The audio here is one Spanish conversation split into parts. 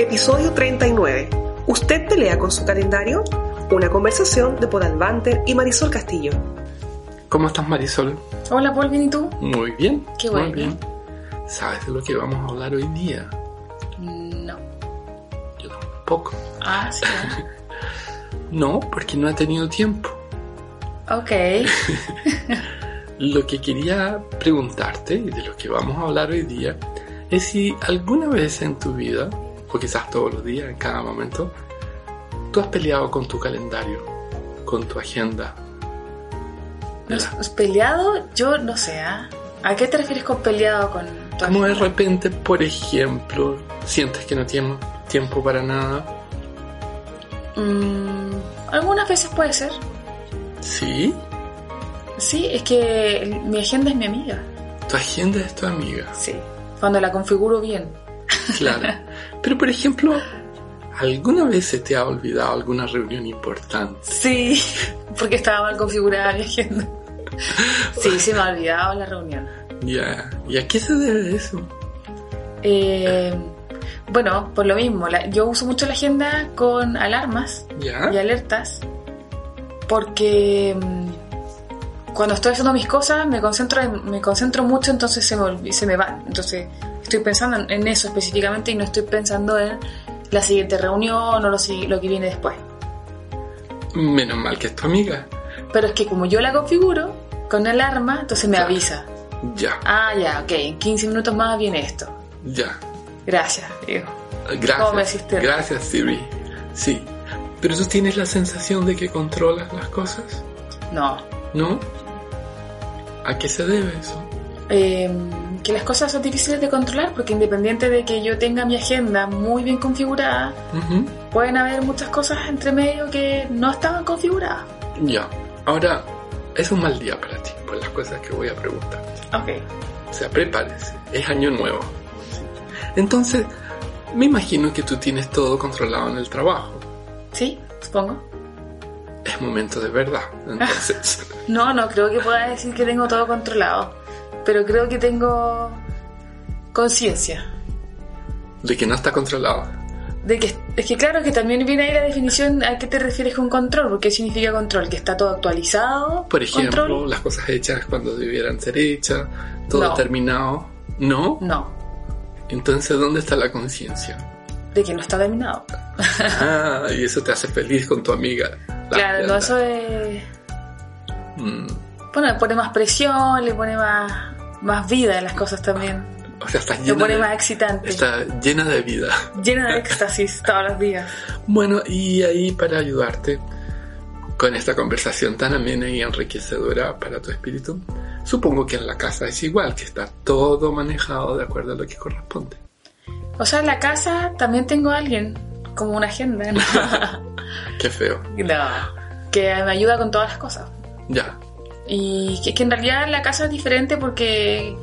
Episodio 39. ¿Usted pelea con su calendario? Una conversación de Paul Albanter y Marisol Castillo. ¿Cómo estás, Marisol? Hola, Paul, ¿bien y tú? Muy bien. Qué muy bueno. ¿Sabes de lo que vamos a hablar hoy día? No. Yo tampoco. Ah, sí. ¿eh? No, porque no he tenido tiempo. ok. Lo que quería preguntarte y de lo que vamos a hablar hoy día es si alguna vez en tu vida, o quizás todos los días, en cada momento, tú has peleado con tu calendario, con tu agenda. Nos- nos peleado? Yo no sé, ¿ah? ¿A qué te refieres con peleado con tu Como de agenda? repente, por ejemplo, sientes que no tienes tiempo para nada. Mm, algunas veces puede ser. Sí, Sí, es que el- mi agenda es mi amiga. tu agenda es tu amiga. Sí. Cuando la configuro bien. Claro. Pero, por ejemplo, ¿alguna vez se te ha olvidado alguna reunión importante? Sí, porque estaba mal configurada mi agenda. Sí, se me ha olvidado la reunión. Ya. ¿Y a qué se debe eso? Eh, bueno, por lo mismo, la- yo uso mucho la agenda con alarmas. ¿Ya? y alertas porque mm, cuando estoy haciendo mis cosas me concentro en- me concentro mucho entonces se me, olvi- se me va entonces estoy pensando en, en eso específicamente y no estoy pensando en la siguiente reunión o lo, si- lo que viene después Menos mal que es tu amiga. pero es que como yo la configuro con alarma entonces me Claro. avisa Ya, ah ya ok en 15 minutos más viene esto ya. gracias digo. ¿Cómo me Gracias. hiciste? Gracias, Siri. Sí. Pero tú tienes la sensación de que controlas las cosas, no ¿no? ¿A qué se debe eso? eh, que las cosas son difíciles de controlar porque independiente de que yo tenga mi agenda muy bien configurada Ujú. pueden haber muchas cosas entre medio que no estaban configuradas. Ya. Ahora, es un mal día para ti por las cosas que voy a preguntarte. Ok. O sea, prepárese, es año nuevo. Entonces, me imagino que tú tienes todo controlado en el trabajo. ¿Sí? Supongo. Es momento de verdad. Entonces, No, no creo que pueda decir que tengo todo controlado, pero creo que tengo conciencia. de que no está controlado. De que, es que claro que también viene ahí la definición a qué te refieres con control, porque ¿qué significa control? Que está todo actualizado. Por ejemplo, ¿Control? las cosas hechas cuando debieran ser hechas, todo No. terminado. ¿No? No, Entonces, ¿dónde está la conciencia? de que no está terminado. Ah, y eso te hace feliz con tu amiga. La claro, no, verdad. eso es... Mm, Bueno, le pone más presión, le pone más, más vida a las cosas también. O sea, estás Le llena, pone de, más excitante. está llena de vida. llena de éxtasis todos los días. Bueno, y ahí para ayudarte con esta conversación tan amena y enriquecedora para tu espíritu, supongo que en la casa es igual, que está todo manejado de acuerdo a lo que corresponde. O sea, en la casa también tengo a alguien, como una agenda, ¿no? Qué feo. No, que me ayuda con todas las cosas. Ya, Y que, que en realidad la casa es diferente porque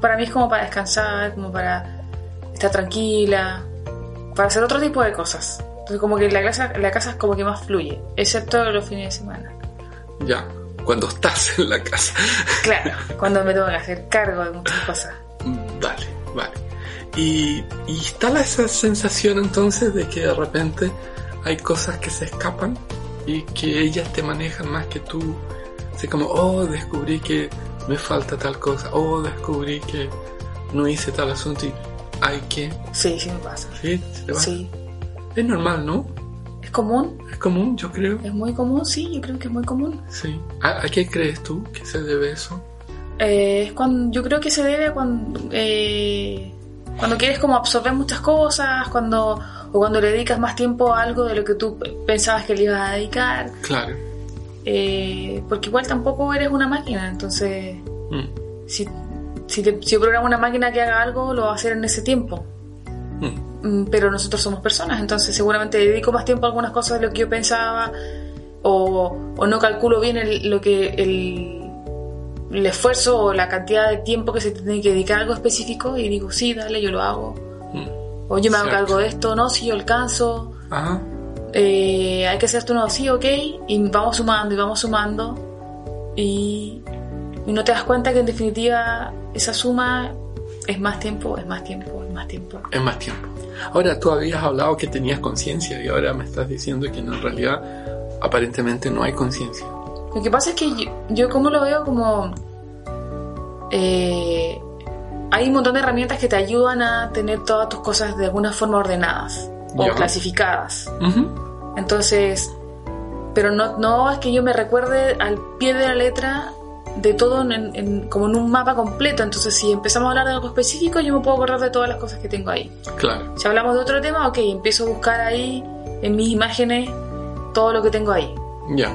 para mí es como para descansar, como para estar tranquila, para hacer otro tipo de cosas. Entonces como que la casa, la casa es como que más fluye, excepto los fines de semana. ya. Cuando estás en la casa. Claro, cuando me tengo que hacer cargo de muchas cosas. Mm, Vale, vale. Y, y está la- esa sensación entonces de que de repente hay cosas que se escapan y que ellas te manejan más que tú. Así como, oh, descubrí que me falta tal cosa, oh, descubrí que no hice tal asunto y hay que... Sí, sí me pasa. ¿Sí? ¿Se te va? Sí. Es normal, ¿no? ¿Es común? Es común, yo creo. ¿Es muy común? Sí, yo creo que es muy común. Sí. ¿A, a qué crees tú que se debe eso? Eh, es cuando, yo creo que se debe a cuando, eh, cuando quieres como absorber muchas cosas, cuando, o cuando le dedicas más tiempo a algo de lo que tú p- pensabas que le ibas a dedicar, Claro. eh, porque igual tampoco eres una máquina, entonces Mm, si, si, te- si yo programo una máquina que haga algo, lo va a hacer en ese tiempo, mm, Mm, pero nosotros somos personas, entonces seguramente dedico más tiempo a algunas cosas de lo que yo pensaba, o, o no calculo bien el- lo que el, el esfuerzo o la cantidad de tiempo que se tiene que dedicar a algo específico y digo, sí, dale, yo lo hago. mm. Ah. O yo me hago Cierto. cargo de esto, no, si yo alcanzo, Ajá. eh, hay que hacer esto, no, sí, ok, y vamos sumando y vamos sumando y, y no te das cuenta que en definitiva esa suma Es más tiempo, es más tiempo, es más tiempo. Es más tiempo. Ahora, tú habías hablado que tenías conciencia y ahora me estás diciendo que en realidad aparentemente no hay conciencia. Lo que pasa es que yo, yo como lo veo como... eh, hay un montón de herramientas que te ayudan a tener todas tus cosas de alguna forma ordenadas o Ya. clasificadas. Ujú. Entonces, pero no, no es que yo me recuerde al pie de la letra de todo en- en- como en un mapa completo. Entonces, si empezamos a hablar de algo específico, yo me puedo acordar de todas las cosas que tengo ahí. Claro. Si hablamos de otro tema, ok, empiezo a buscar ahí en mis imágenes todo lo que tengo ahí. Ya.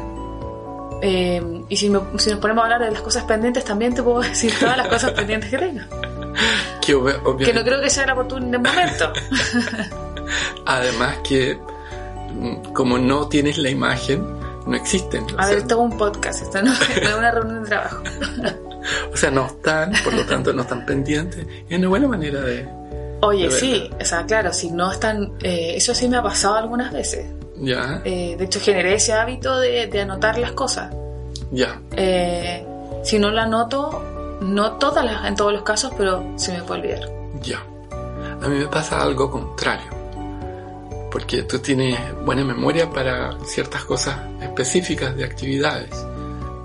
Eh, y si, me- si nos ponemos a hablar de las cosas pendientes, también te puedo decir todas las cosas pendientes que tengo. Que ob- Que obviamente- no creo que sea la oportunidad en el momento. Además que mm, como no tienes la imagen, no existen. O A sea, ver, esto es un podcast, esto no no es una reunión de trabajo. o sea, no están, por lo tanto no están pendientes. Es una buena manera de... Oye, De sí, o sea, claro, si no están. eh, eso sí me ha pasado algunas veces. Ya, Eh, de hecho, generé ese hábito de, de anotar las cosas. ya. Eh, si no la anoto, no todas las, en todos los casos, pero se me puede olvidar. Ya. A mí me pasa algo contrario. Porque tú tienes buena memoria para ciertas cosas específicas de actividades.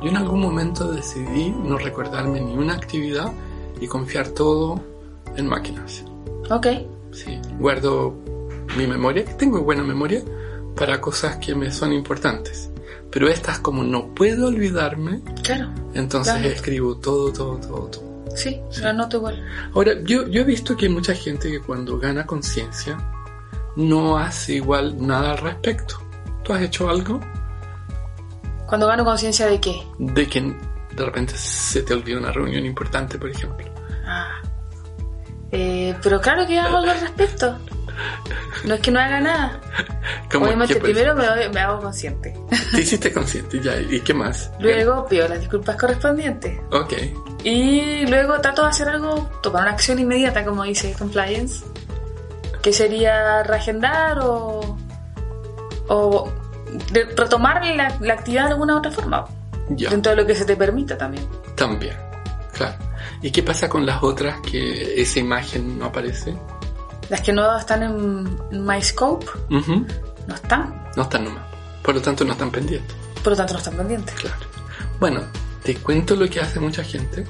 Yo en algún momento decidí no recordarme ni una actividad y confiar todo en máquinas. Ok, Sí, guardo mi memoria, que tengo buena memoria, para cosas que me son importantes. Pero estas como no puedo olvidarme, claro, entonces Claro. escribo todo, todo, todo, todo. sí, la anoto igual. Ahora, yo, yo he visto que hay mucha gente que cuando gana conciencia no hace igual nada al respecto. ¿Tú has hecho algo Cuando gano conciencia de qué. de que de repente se te olvida una reunión importante, por ejemplo? Ah. Eh, pero claro que hago algo al respecto. No es que no haga nada. Como, Obviamente, ¿qué pasa? primero me, doy- me hago consciente. Te hiciste consciente, ya, ¿y qué más? Luego pido las disculpas correspondientes. Ok, Y luego trato de hacer algo, tomar una acción inmediata, como dice Compliance, que sería reagendar o, o de- retomar la, la actividad de alguna otra forma, ya. dentro de lo que se te permita también. También, claro. ¿Y qué pasa con las otras que esa imagen no aparece? Las que no están en MyScope Ujú, no están, No están nomás. Por lo tanto, no están pendientes. por lo tanto no están pendientes. Claro. Bueno, te cuento lo que hace mucha gente.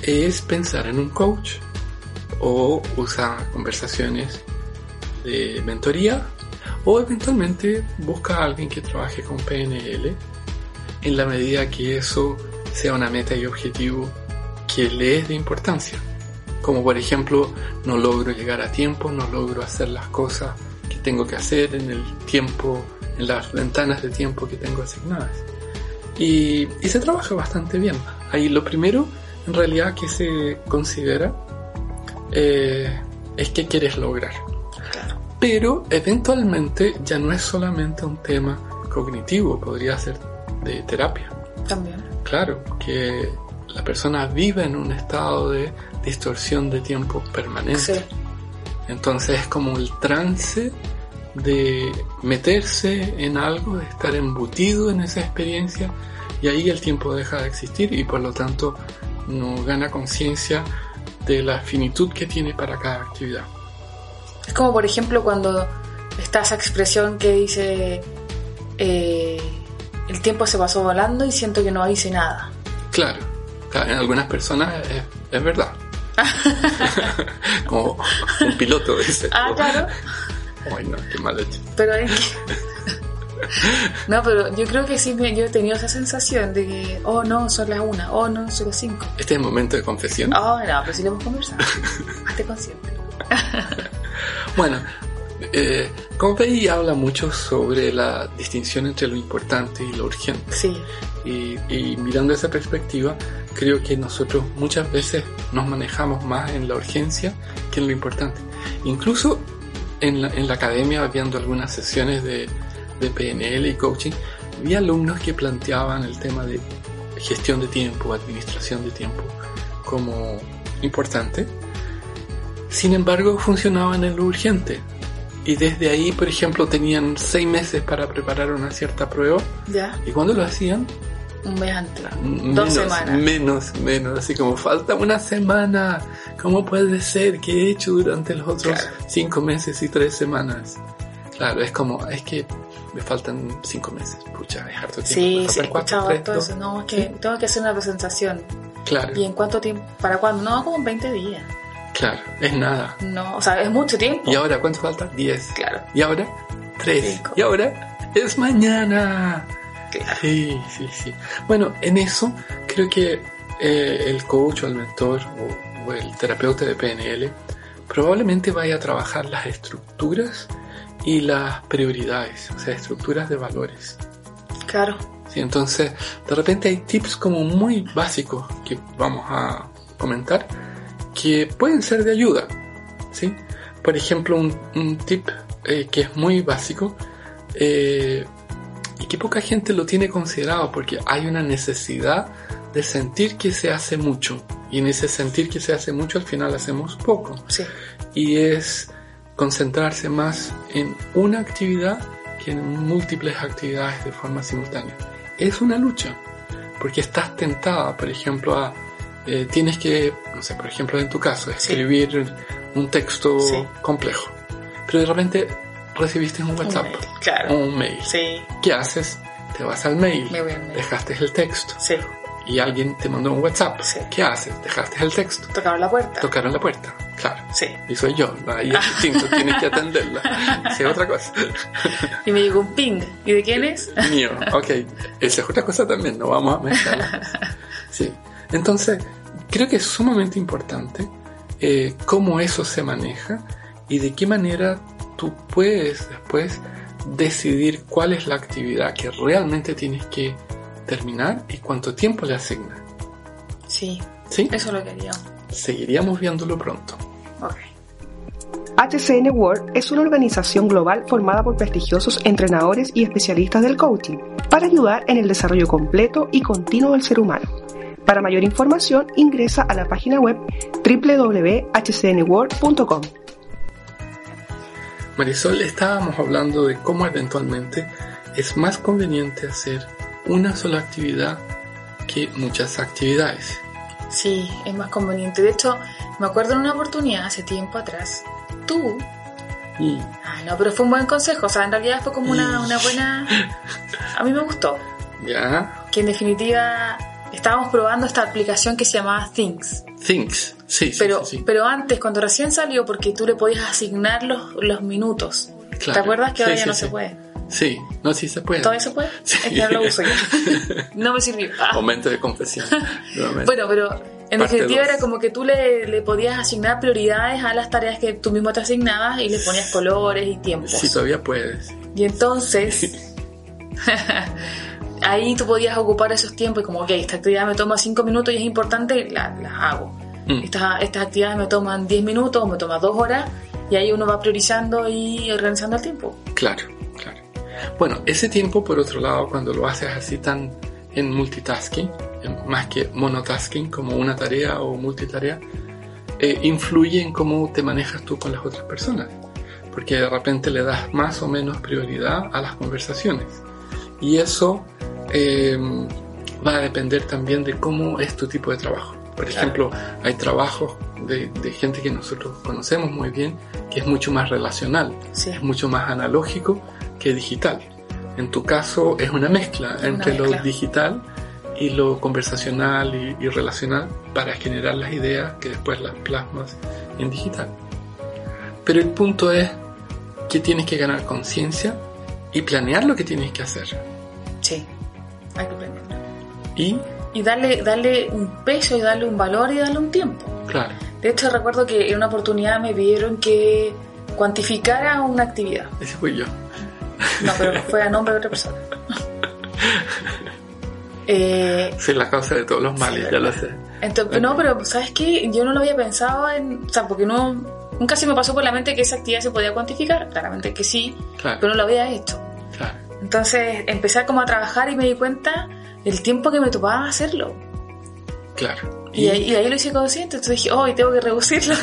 Es pensar en un coach o usa conversaciones de mentoría o eventualmente busca a alguien que trabaje con PNL en la medida que eso sea una meta y objetivo que le es de importancia. Como por ejemplo, no logro llegar a tiempo, no logro hacer las cosas que tengo que hacer en el tiempo, en las ventanas de tiempo que tengo asignadas y, y se trabaja bastante bien. Ahí lo primero, en realidad, que se considera eh, es que quieres lograr. Pero eventualmente ya no es solamente un tema cognitivo, podría ser de terapia. También. Claro, que la persona vive en un estado de distorsión de tiempo permanente. Sí. Entonces es como el trance de meterse en algo, de estar embutido en esa experiencia y ahí el tiempo deja de existir y por lo tanto no gana conciencia de la finitud que tiene para cada actividad. Es como, por ejemplo, cuando está esa expresión que dice, eh, el tiempo se pasó volando y siento que no hice nada. Claro, ca- en algunas personas es, es verdad. como un piloto dice. Ah, claro. Ay, no, qué mal hecho. Pero hay que- No, pero yo creo que sí, me- yo he tenido esa sensación de que, oh no, son las una, oh no, son las cinco. Este es el momento de confesión. Oh no, pero sí lo hemos conversado. Hazte consciente. Bueno, eh, Convey habla mucho sobre la distinción entre lo importante y lo urgente. Sí, Y, y mirando esa perspectiva, creo que nosotros muchas veces nos manejamos más en la urgencia que en lo importante. Incluso en la, en la academia, viendo algunas sesiones de, de PNL y coaching, vi alumnos que planteaban el tema de gestión de tiempo, administración de tiempo, como importante. Sin embargo, funcionaban en lo urgente. Y desde ahí, por ejemplo, tenían seis meses para preparar una cierta prueba ya. y cuando lo hacían, un mes antes, Menos, dos semanas. Menos, menos. Así como falta una semana. ¿Cómo puede ser? ¿Qué he hecho durante los otros Claro. cinco meses y tres semanas? Claro, es como, es que me faltan cinco meses. Pucha, es harto tiempo. Me Sí, sí, faltan he cuatro, escuchado tres, todo dos. eso. No, es que tengo que hacer una presentación. Claro, ¿Y en cuánto tiempo? ¿Para cuándo? No, como en 20 días. claro, es nada. No, o sea, es mucho tiempo. ¿Y ahora cuánto falta? Diez. Claro, ¿Y ahora? Tres. Cinco. ¿Y ahora? Es mañana. claro. Sí, sí, sí. Bueno, en eso creo que eh, el coach o el mentor o, o el terapeuta de PNL probablemente vaya a trabajar las estructuras y las prioridades, o sea, estructuras de valores. Claro, Sí, entonces, de repente hay tips como muy básicos que vamos a comentar que pueden ser de ayuda. ¿sí? Por ejemplo, un, un tip eh, que es muy básico eh, y que poca gente lo tiene considerado porque hay una necesidad de sentir que se hace mucho. Y en ese sentir que se hace mucho, al final hacemos poco sí. y es concentrarse más en una actividad que en múltiples actividades de forma simultánea. Es una lucha, porque estás tentada, por ejemplo, a... eh, tienes que, no sé, por ejemplo, en tu caso, Sí. escribir un texto Sí. complejo, pero de repente recibiste un WhatsApp Un mail, o Claro. un mail. Sí, ¿Qué haces? Te vas al mail, me voy a mail. dejaste el texto Sí, y alguien te mandó un WhatsApp. Sí. ¿Qué haces? Dejaste el texto. tocaron la puerta. Tocaron la puerta, claro. sí. Y soy yo, ahí es distinto, tienes que atenderla. Esa es otra cosa. Y me llegó un ping. ¿Y de quién es? Mío, ok. Esa es otra cosa también, no vamos a mezclarla. Sí. Entonces, creo que es sumamente importante eh, cómo eso se maneja y de qué manera tú puedes después decidir cuál es la actividad que realmente tienes que terminar y cuánto tiempo le asignas. Sí, ¿Sí? eso lo quería. Seguiríamos viéndolo pronto. Ok. HCN World es una organización global formada por prestigiosos entrenadores y especialistas del coaching para ayudar en el desarrollo completo y continuo del ser humano. Para mayor información ingresa a la página web www.hcnworld.com. Marisol, estábamos hablando de cómo eventualmente es más conveniente hacer una sola actividad que muchas actividades. Sí, es más conveniente. De hecho, me acuerdo en una oportunidad hace tiempo atrás, tú. Y Ah, no, pero fue un buen consejo. O sea, en realidad fue como una, una buena. A mí me gustó. ya, Que en definitiva estábamos probando esta aplicación que se llamaba Things. things, sí, sí, Pero, sí, sí. pero antes, cuando recién salió, porque tú le podías asignar los, los minutos. ¿Te Claro. acuerdas que Sí, ahora ya sí, no sí. se puede? Sí, no, sí se puede. ¿Todavía se puede? Sí. Es que no lo uso yo. No me sirvió. Ah. Momento de confesión. nuevamente. Bueno, pero Parte en definitiva dos. era como que tú le, le podías asignar prioridades a las tareas que tú mismo te asignabas y le ponías colores y tiempos. sí, todavía puedes. Y entonces, ahí tú podías ocupar esos tiempos y como, ok, esta actividad me toma 5 minutos y es importante, la, la hago. Mm. Estas, estas actividades me toman 10 minutos, me toma 2 horas y ahí uno va priorizando y organizando el tiempo. Claro, claro. Bueno, ese tiempo, por otro lado, cuando lo haces así tan en multitasking, en- más que monotasking, como una tarea o multitarea, eh, influye en cómo te manejas tú con las otras personas. Porque de repente le das más o menos prioridad a las conversaciones. Y eso eh, va a depender también de cómo es tu tipo de trabajo. Por ejemplo, hay trabajos de, de gente que nosotros conocemos muy bien que es mucho más relacional Sí, es mucho más analógico que digital. En tu caso es una mezcla Una entre mezcla. lo digital y lo conversacional y, y relacional para generar las ideas que después las plasmas en digital. Pero el punto es que tienes que ganar conciencia y planear lo que tienes que hacer. sí. Hay que aprender. Y, Y darle, darle un peso y darle un valor y darle un tiempo. claro, De hecho, recuerdo que en una oportunidad me pidieron que cuantificara una actividad. ese fui yo. No, pero fue a nombre de otra persona. Eh, Soy la causa de todos los males, ya lo sé. entonces, no, pero ¿sabes qué? Yo no lo había pensado en... O sea, porque no... Nunca se me pasó por la mente que esa actividad se podía cuantificar. Claramente que sí, pero Claro, no lo había hecho. claro. Entonces empecé como a trabajar y me di cuenta el tiempo que me tomaba hacerlo. Claro. Y, ahí, y ahí lo hice consciente, entonces dije, hoy tengo que reducirlo.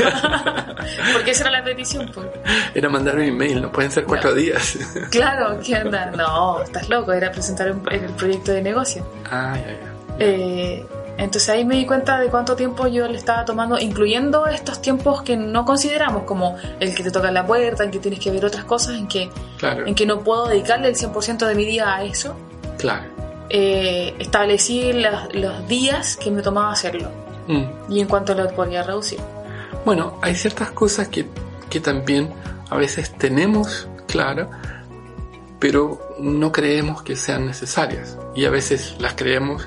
Porque esa era la petición. Pues. Era mandar un email, no pueden ser cuatro No. días. Claro, ¿qué onda? No, estás loco, era presentar un- el proyecto de negocio. ah, ya, ya. Eh, entonces ahí me di cuenta de cuánto tiempo yo le estaba tomando, incluyendo estos tiempos que no consideramos, como el que te toca la puerta, en que tienes que ver otras cosas, en que, Claro, en que no puedo dedicarle el 100% de mi día a eso. claro. Eh, establecí las- los días que me tomaba hacerlo Mm. y en cuanto lo podía reducir. Bueno, hay ciertas cosas que, que también a veces tenemos claras, pero no creemos que sean necesarias. Y a veces las creemos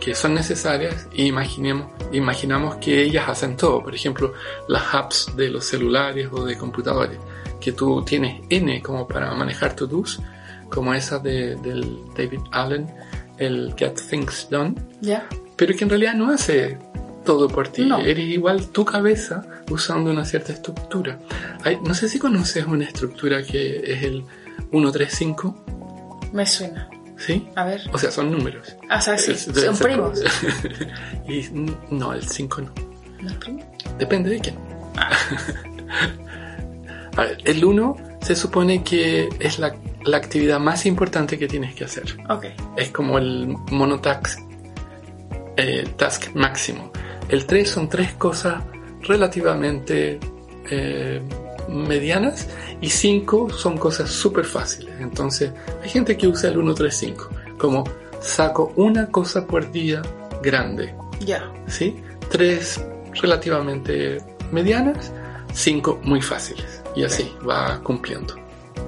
que son necesarias y imaginemos, imaginamos que ellas hacen todo. Por ejemplo, las apps de los celulares o de computadores, que tú tienes N como para manejar tu luz, como esa de, del David Allen, el Get Things Done ¿Ya? pero que en realidad no hace todo por ti. No. Eres igual tu cabeza usando una cierta estructura. Hay- no sé si conoces una estructura que es el 135, Me suena. ¿sí? A ver. O sea, son números. Ah, o sea, sí, Es- debe son ser- primos. y n- no, el 5 no. ¿No es primo? Depende de quién. A ver, el 1 se supone que es la, la actividad más importante que tienes que hacer. Ok. es como el monotask eh, task máximo. El 3 son tres cosas relativamente eh, medianas y 5 son cosas súper fáciles. Entonces hay gente que usa el 135 como saco una cosa por día grande. Ya. ¿sí? Tres relativamente medianas, cinco muy fáciles. Y así va cumpliendo.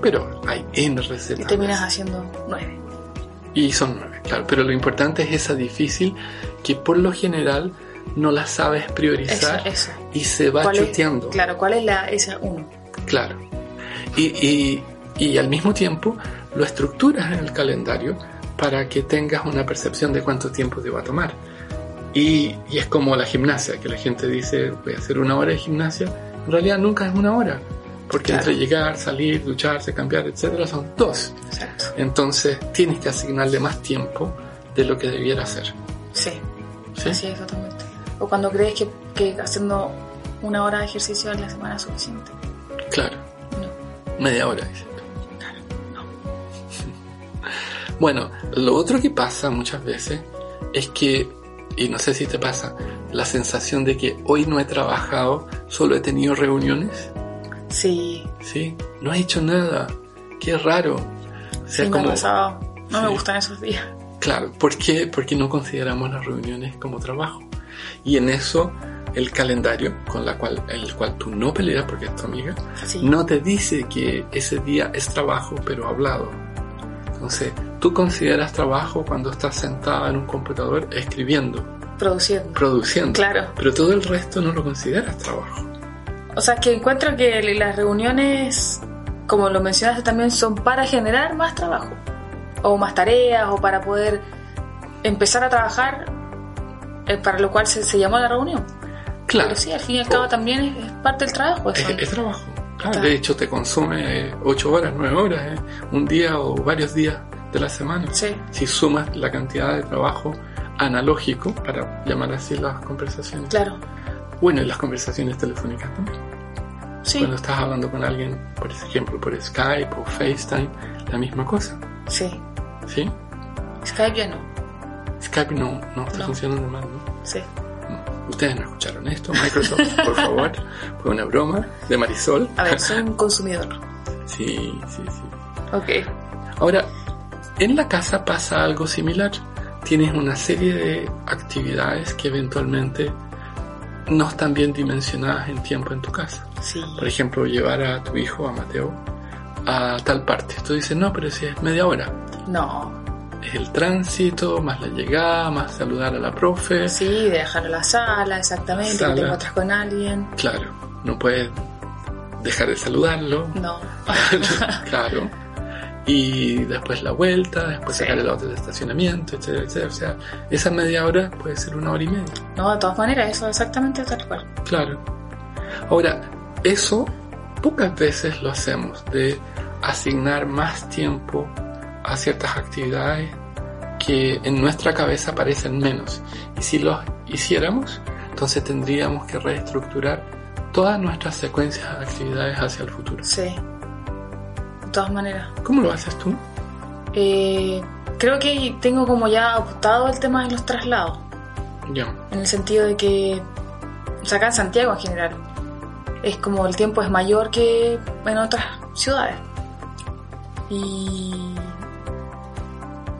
Pero hay N Y recetas. terminas haciendo nueve. Y son nueve, claro. Pero lo importante es esa difícil que por lo general no la sabes Eso, priorizar eso. y se va ¿Cuál es- chuteando. claro. Claro, ¿cuál es la esa uno? Y, y- y al mismo tiempo lo estructuras en el calendario para que tengas una percepción de cuánto tiempo te va a tomar. Y, y es como la gimnasia, que la gente dice voy a hacer una hora de gimnasia. En realidad nunca es una hora, porque Claro. entre llegar, salir, ducharse, cambiar, etcétera, son dos. Exacto. Entonces tienes que asignarle más tiempo de lo que debiera hacer. Sí, ¿sí? así es totalmente. O cuando crees que, que haciendo una hora de ejercicio a la semana es suficiente. Claro, No. media hora. dices tú. Bueno, lo otro que pasa muchas veces es que, y no sé si te pasa, la sensación de que hoy no he trabajado, solo he tenido reuniones, Sí, ¿sí? No he hecho nada, qué raro. O sí, sea, me ha como- pasado. No me Sí. gustan esos días. Claro, ¿por qué? Porque no consideramos las reuniones como trabajo. Y en eso el calendario con la cual, el cual tú no peleas porque es tu amiga, Sí. no te dice que ese día es trabajo pero hablado. Entonces, tú consideras trabajo cuando estás sentada en un computador escribiendo, Produciendo. produciendo. Claro. Pero todo el resto no lo consideras trabajo. O sea, que encuentro que le- las reuniones, como lo mencionaste también, son para generar más trabajo. O más tareas, o para poder empezar a trabajar, eh, para lo cual se, se llamó la reunión. Claro, Pero sí, al fin y al cabo también es, es parte del trabajo. es, eso. es trabajo. Claro, Claro. De hecho, te consume eh, ocho horas, nueve horas, eh, un día o varios días de la semana. Sí. si sumas la cantidad de trabajo analógico, para llamar así las conversaciones. Claro, Bueno, y las conversaciones telefónicas también. sí, Cuando estás hablando con alguien, por ejemplo, por Skype o FaceTime, la misma cosa, sí. ¿sí? Skype ya no, Skype no, no está No. funcionando mal, ¿no? Mm. sí. Ustedes no escucharon esto, Microsoft, por favor. Fue una broma de Marisol. A ver, soy un consumidor. Sí, sí, sí. Ok. Ahora, en la casa pasa algo similar. Tienes una serie de actividades que eventualmente no están bien dimensionadas en tiempo en tu casa. Sí. Por ejemplo, llevar a tu hijo, a Mateo, a tal parte. Tú dices, no, pero si es media hora. No. Es el tránsito, más la llegada, más saludar a la profe. Sí, de dejar la sala, exactamente, Sala. que te encuentras con alguien. Claro, no puedes dejar de saludarlo. No. claro. Y después la vuelta, después Sí. sacar el auto del estacionamiento, etcétera, etcétera. O sea, esa media hora puede ser una hora y media. No, de todas maneras, eso es exactamente tal cual. Claro. Ahora, eso pocas veces lo hacemos, de asignar más tiempo a ciertas actividades que en nuestra cabeza parecen menos. Y si los, hiciéramos, entonces tendríamos que reestructurar todas nuestras secuencias de actividades hacia el futuro. Sí. De todas maneras. ¿Cómo lo haces tú? Eh, creo que tengo como ya optado el tema de los traslados. Yo. En el sentido de que, o sea, acá en Santiago en general, es como el tiempo es mayor que en otras ciudades. Y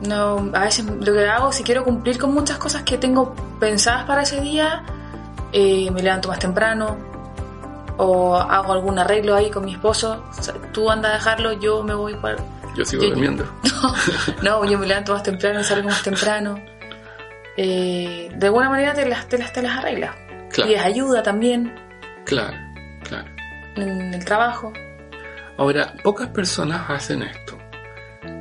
no, a veces lo que hago, si quiero cumplir con muchas cosas que tengo pensadas para ese día, eh, me levanto más temprano o hago algún arreglo ahí con mi esposo. O sea, tú andas a dejarlo, yo me voy para... Yo sigo Yo- durmiendo. No, yo me levanto más temprano, salgo más temprano. Eh, de alguna manera te las, te las, te las arreglas. Claro. Y les ayuda también Claro, claro. en el trabajo. Ahora, pocas personas hacen esto.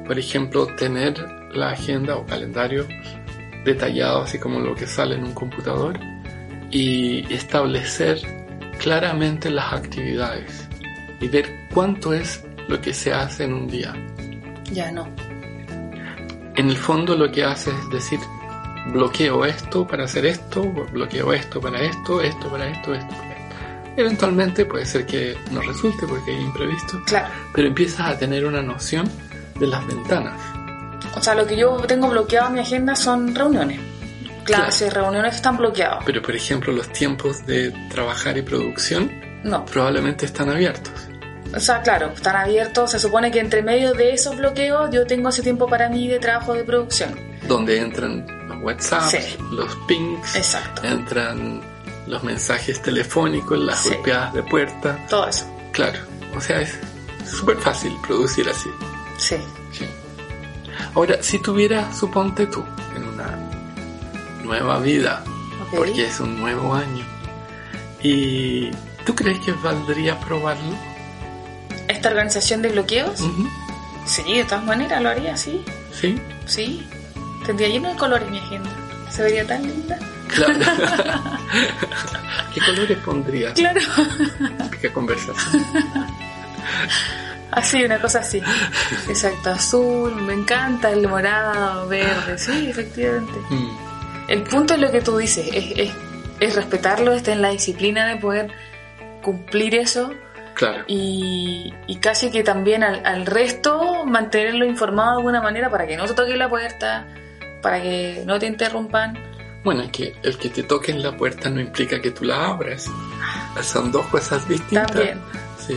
Por ejemplo, tener la agenda o calendario detallado, así como lo que sale en un computador, y establecer claramente las actividades y ver cuánto es lo que se hace en un día. Ya no. En el fondo lo que hace es decir, bloqueo esto para hacer esto, bloqueo esto para esto, esto para esto, esto para esto. Eventualmente puede ser que no resulte porque es imprevisto, Claro. pero empiezas a tener una noción de las ventanas. O sea, lo que yo tengo bloqueado en mi agenda son reuniones. Clases, reuniones están bloqueadas. Pero por ejemplo los tiempos de trabajar y producción No. probablemente están abiertos. O sea, claro, están abiertos. Se supone que entre medio de esos bloqueos yo tengo ese tiempo para mí de trabajo de producción. Donde entran los WhatsApp, Sí. los pings, Exacto. entran los mensajes telefónicos, las Sí. golpeadas de puerta. Todo eso. Claro, o sea, es súper fácil producir así. Sí. Sí. Ahora, si tuvieras, suponte tú, en una nueva vida, Ok. porque es un nuevo año, ¿y tú crees que valdría probarlo? ¿Esta organización de bloqueos? Ujú, Sí, de todas maneras lo haría, sí. Sí, Sí. Tendría lleno de colores mi agenda. Se vería tan linda. claro. ¿Qué colores pondrías? Claro. ¿Qué conversación? Así, Ah, una cosa así. Exacto. Azul, me encanta el morado, verde. Sí, efectivamente. Mm, El punto es lo que tú dices, es, es, es respetarlo, está en la disciplina de poder cumplir eso claro, y, y casi que también al, al resto mantenerlo informado de alguna manera para que no te toquen la puerta, para que no te interrumpan. bueno, es que el que te toquen la puerta no implica que tú la abras. Son dos cosas distintas. También, Sí.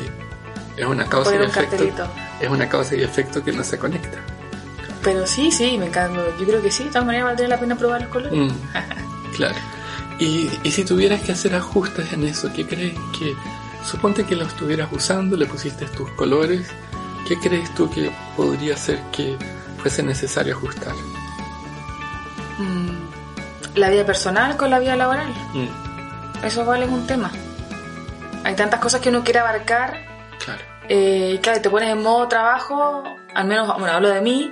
Es una causa poner y un efecto. cartelito. Es una causa y efecto que no se conecta. Pero sí, sí, me encanta. Yo creo que sí, de todas maneras valdría la pena probar los colores. Mm, claro. Y, y si tuvieras que hacer ajustes en eso, ¿qué crees que... Suponte que lo estuvieras usando, le pusiste tus colores, ¿qué crees tú que podría ser que fuese necesario ajustar? Mm, La vida personal con la vida laboral. Mm, Eso vale un tema. Hay tantas cosas que uno quiere abarcar claro, eh, claro, te pones en modo trabajo, al menos, bueno, hablo de mí,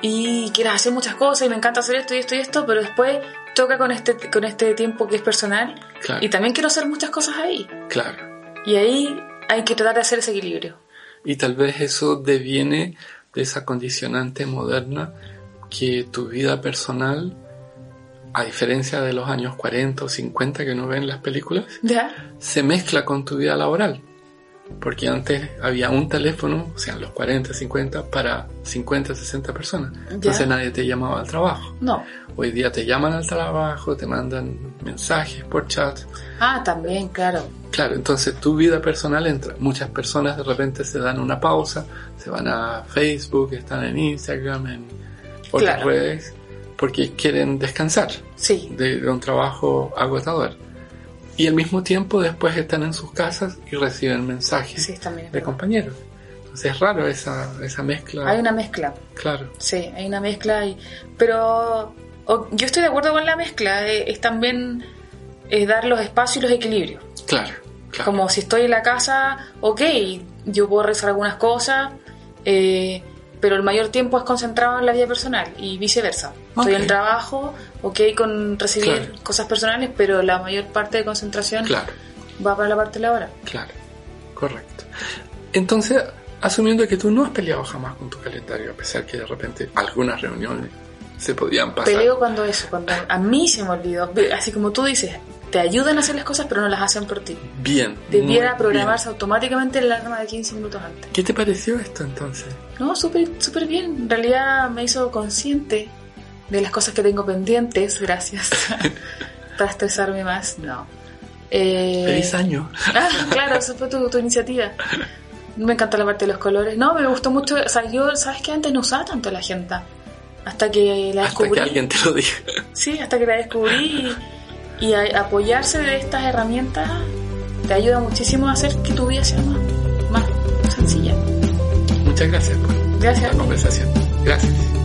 y quieres hacer muchas cosas y me encanta hacer esto y esto y esto, pero después toca con este, con este tiempo que es personal claro, y también quiero hacer muchas cosas ahí. claro. Y ahí hay que tratar de hacer ese equilibrio. Y tal vez eso deviene de esa condicionante moderna que tu vida personal, a diferencia de los años 40 o 50 que uno ve en las películas, ¿Ya? se mezcla con tu vida laboral. Porque antes había un teléfono, o sea, los 40, 50, para 50, 60 personas. Entonces nadie te llamaba al trabajo. No. Hoy día te llaman al trabajo, te mandan mensajes por chat. Ah, también, claro. Claro, entonces tu vida personal entra. Muchas personas de repente se dan una pausa, se van a Facebook, están en Instagram, en otras Claro. redes, porque quieren descansar Sí, de, de un trabajo agotador. Y al mismo tiempo después están en sus casas y reciben mensajes sí, también. es de verdad. compañeros. Entonces es raro esa, esa mezcla. Hay una mezcla. Claro, Sí, hay una mezcla ahí. Pero o- yo estoy de acuerdo con la mezcla. eh, Es, también eh, dar los espacios y los equilibrios. claro, claro. Como si estoy en la casa, ok, yo puedo rezar algunas cosas, eh, pero el mayor tiempo es concentrado en la vida personal y viceversa. Estoy en Ok. el trabajo, ok, con recibir Claro. cosas personales, pero la mayor parte de concentración Claro, va para la parte laboral. claro, correcto. Entonces, asumiendo que tú no has peleado jamás con tu calendario, a pesar que de repente algunas reuniones se podían pasar. Peleo cuando eso, cuando a mí se me olvidó. Ve, Así como tú dices, te ayudan a hacer las cosas, pero no las hacen por ti. Bien. Debiera muy programarse automáticamente el alarma de 15 minutos antes. bien. ¿Qué te pareció esto entonces? No, súper súper bien. En realidad me hizo consciente de las cosas que tengo pendientes, gracias. Para estresarme más, no. Eh, Feliz año. Ah, claro, esa fue tu, tu iniciativa. Me encanta la parte de los colores. No, me gustó mucho. O sea, yo, ¿sabes que Antes no usaba tanto la agenda. Hasta que la Hasta que descubrí. alguien te lo diga. Sí, hasta que la descubrí. Y, y a- apoyarse de estas herramientas te ayuda muchísimo a hacer que tu vida sea más, más sencilla. Muchas gracias por Gracias. la conversación. Gracias.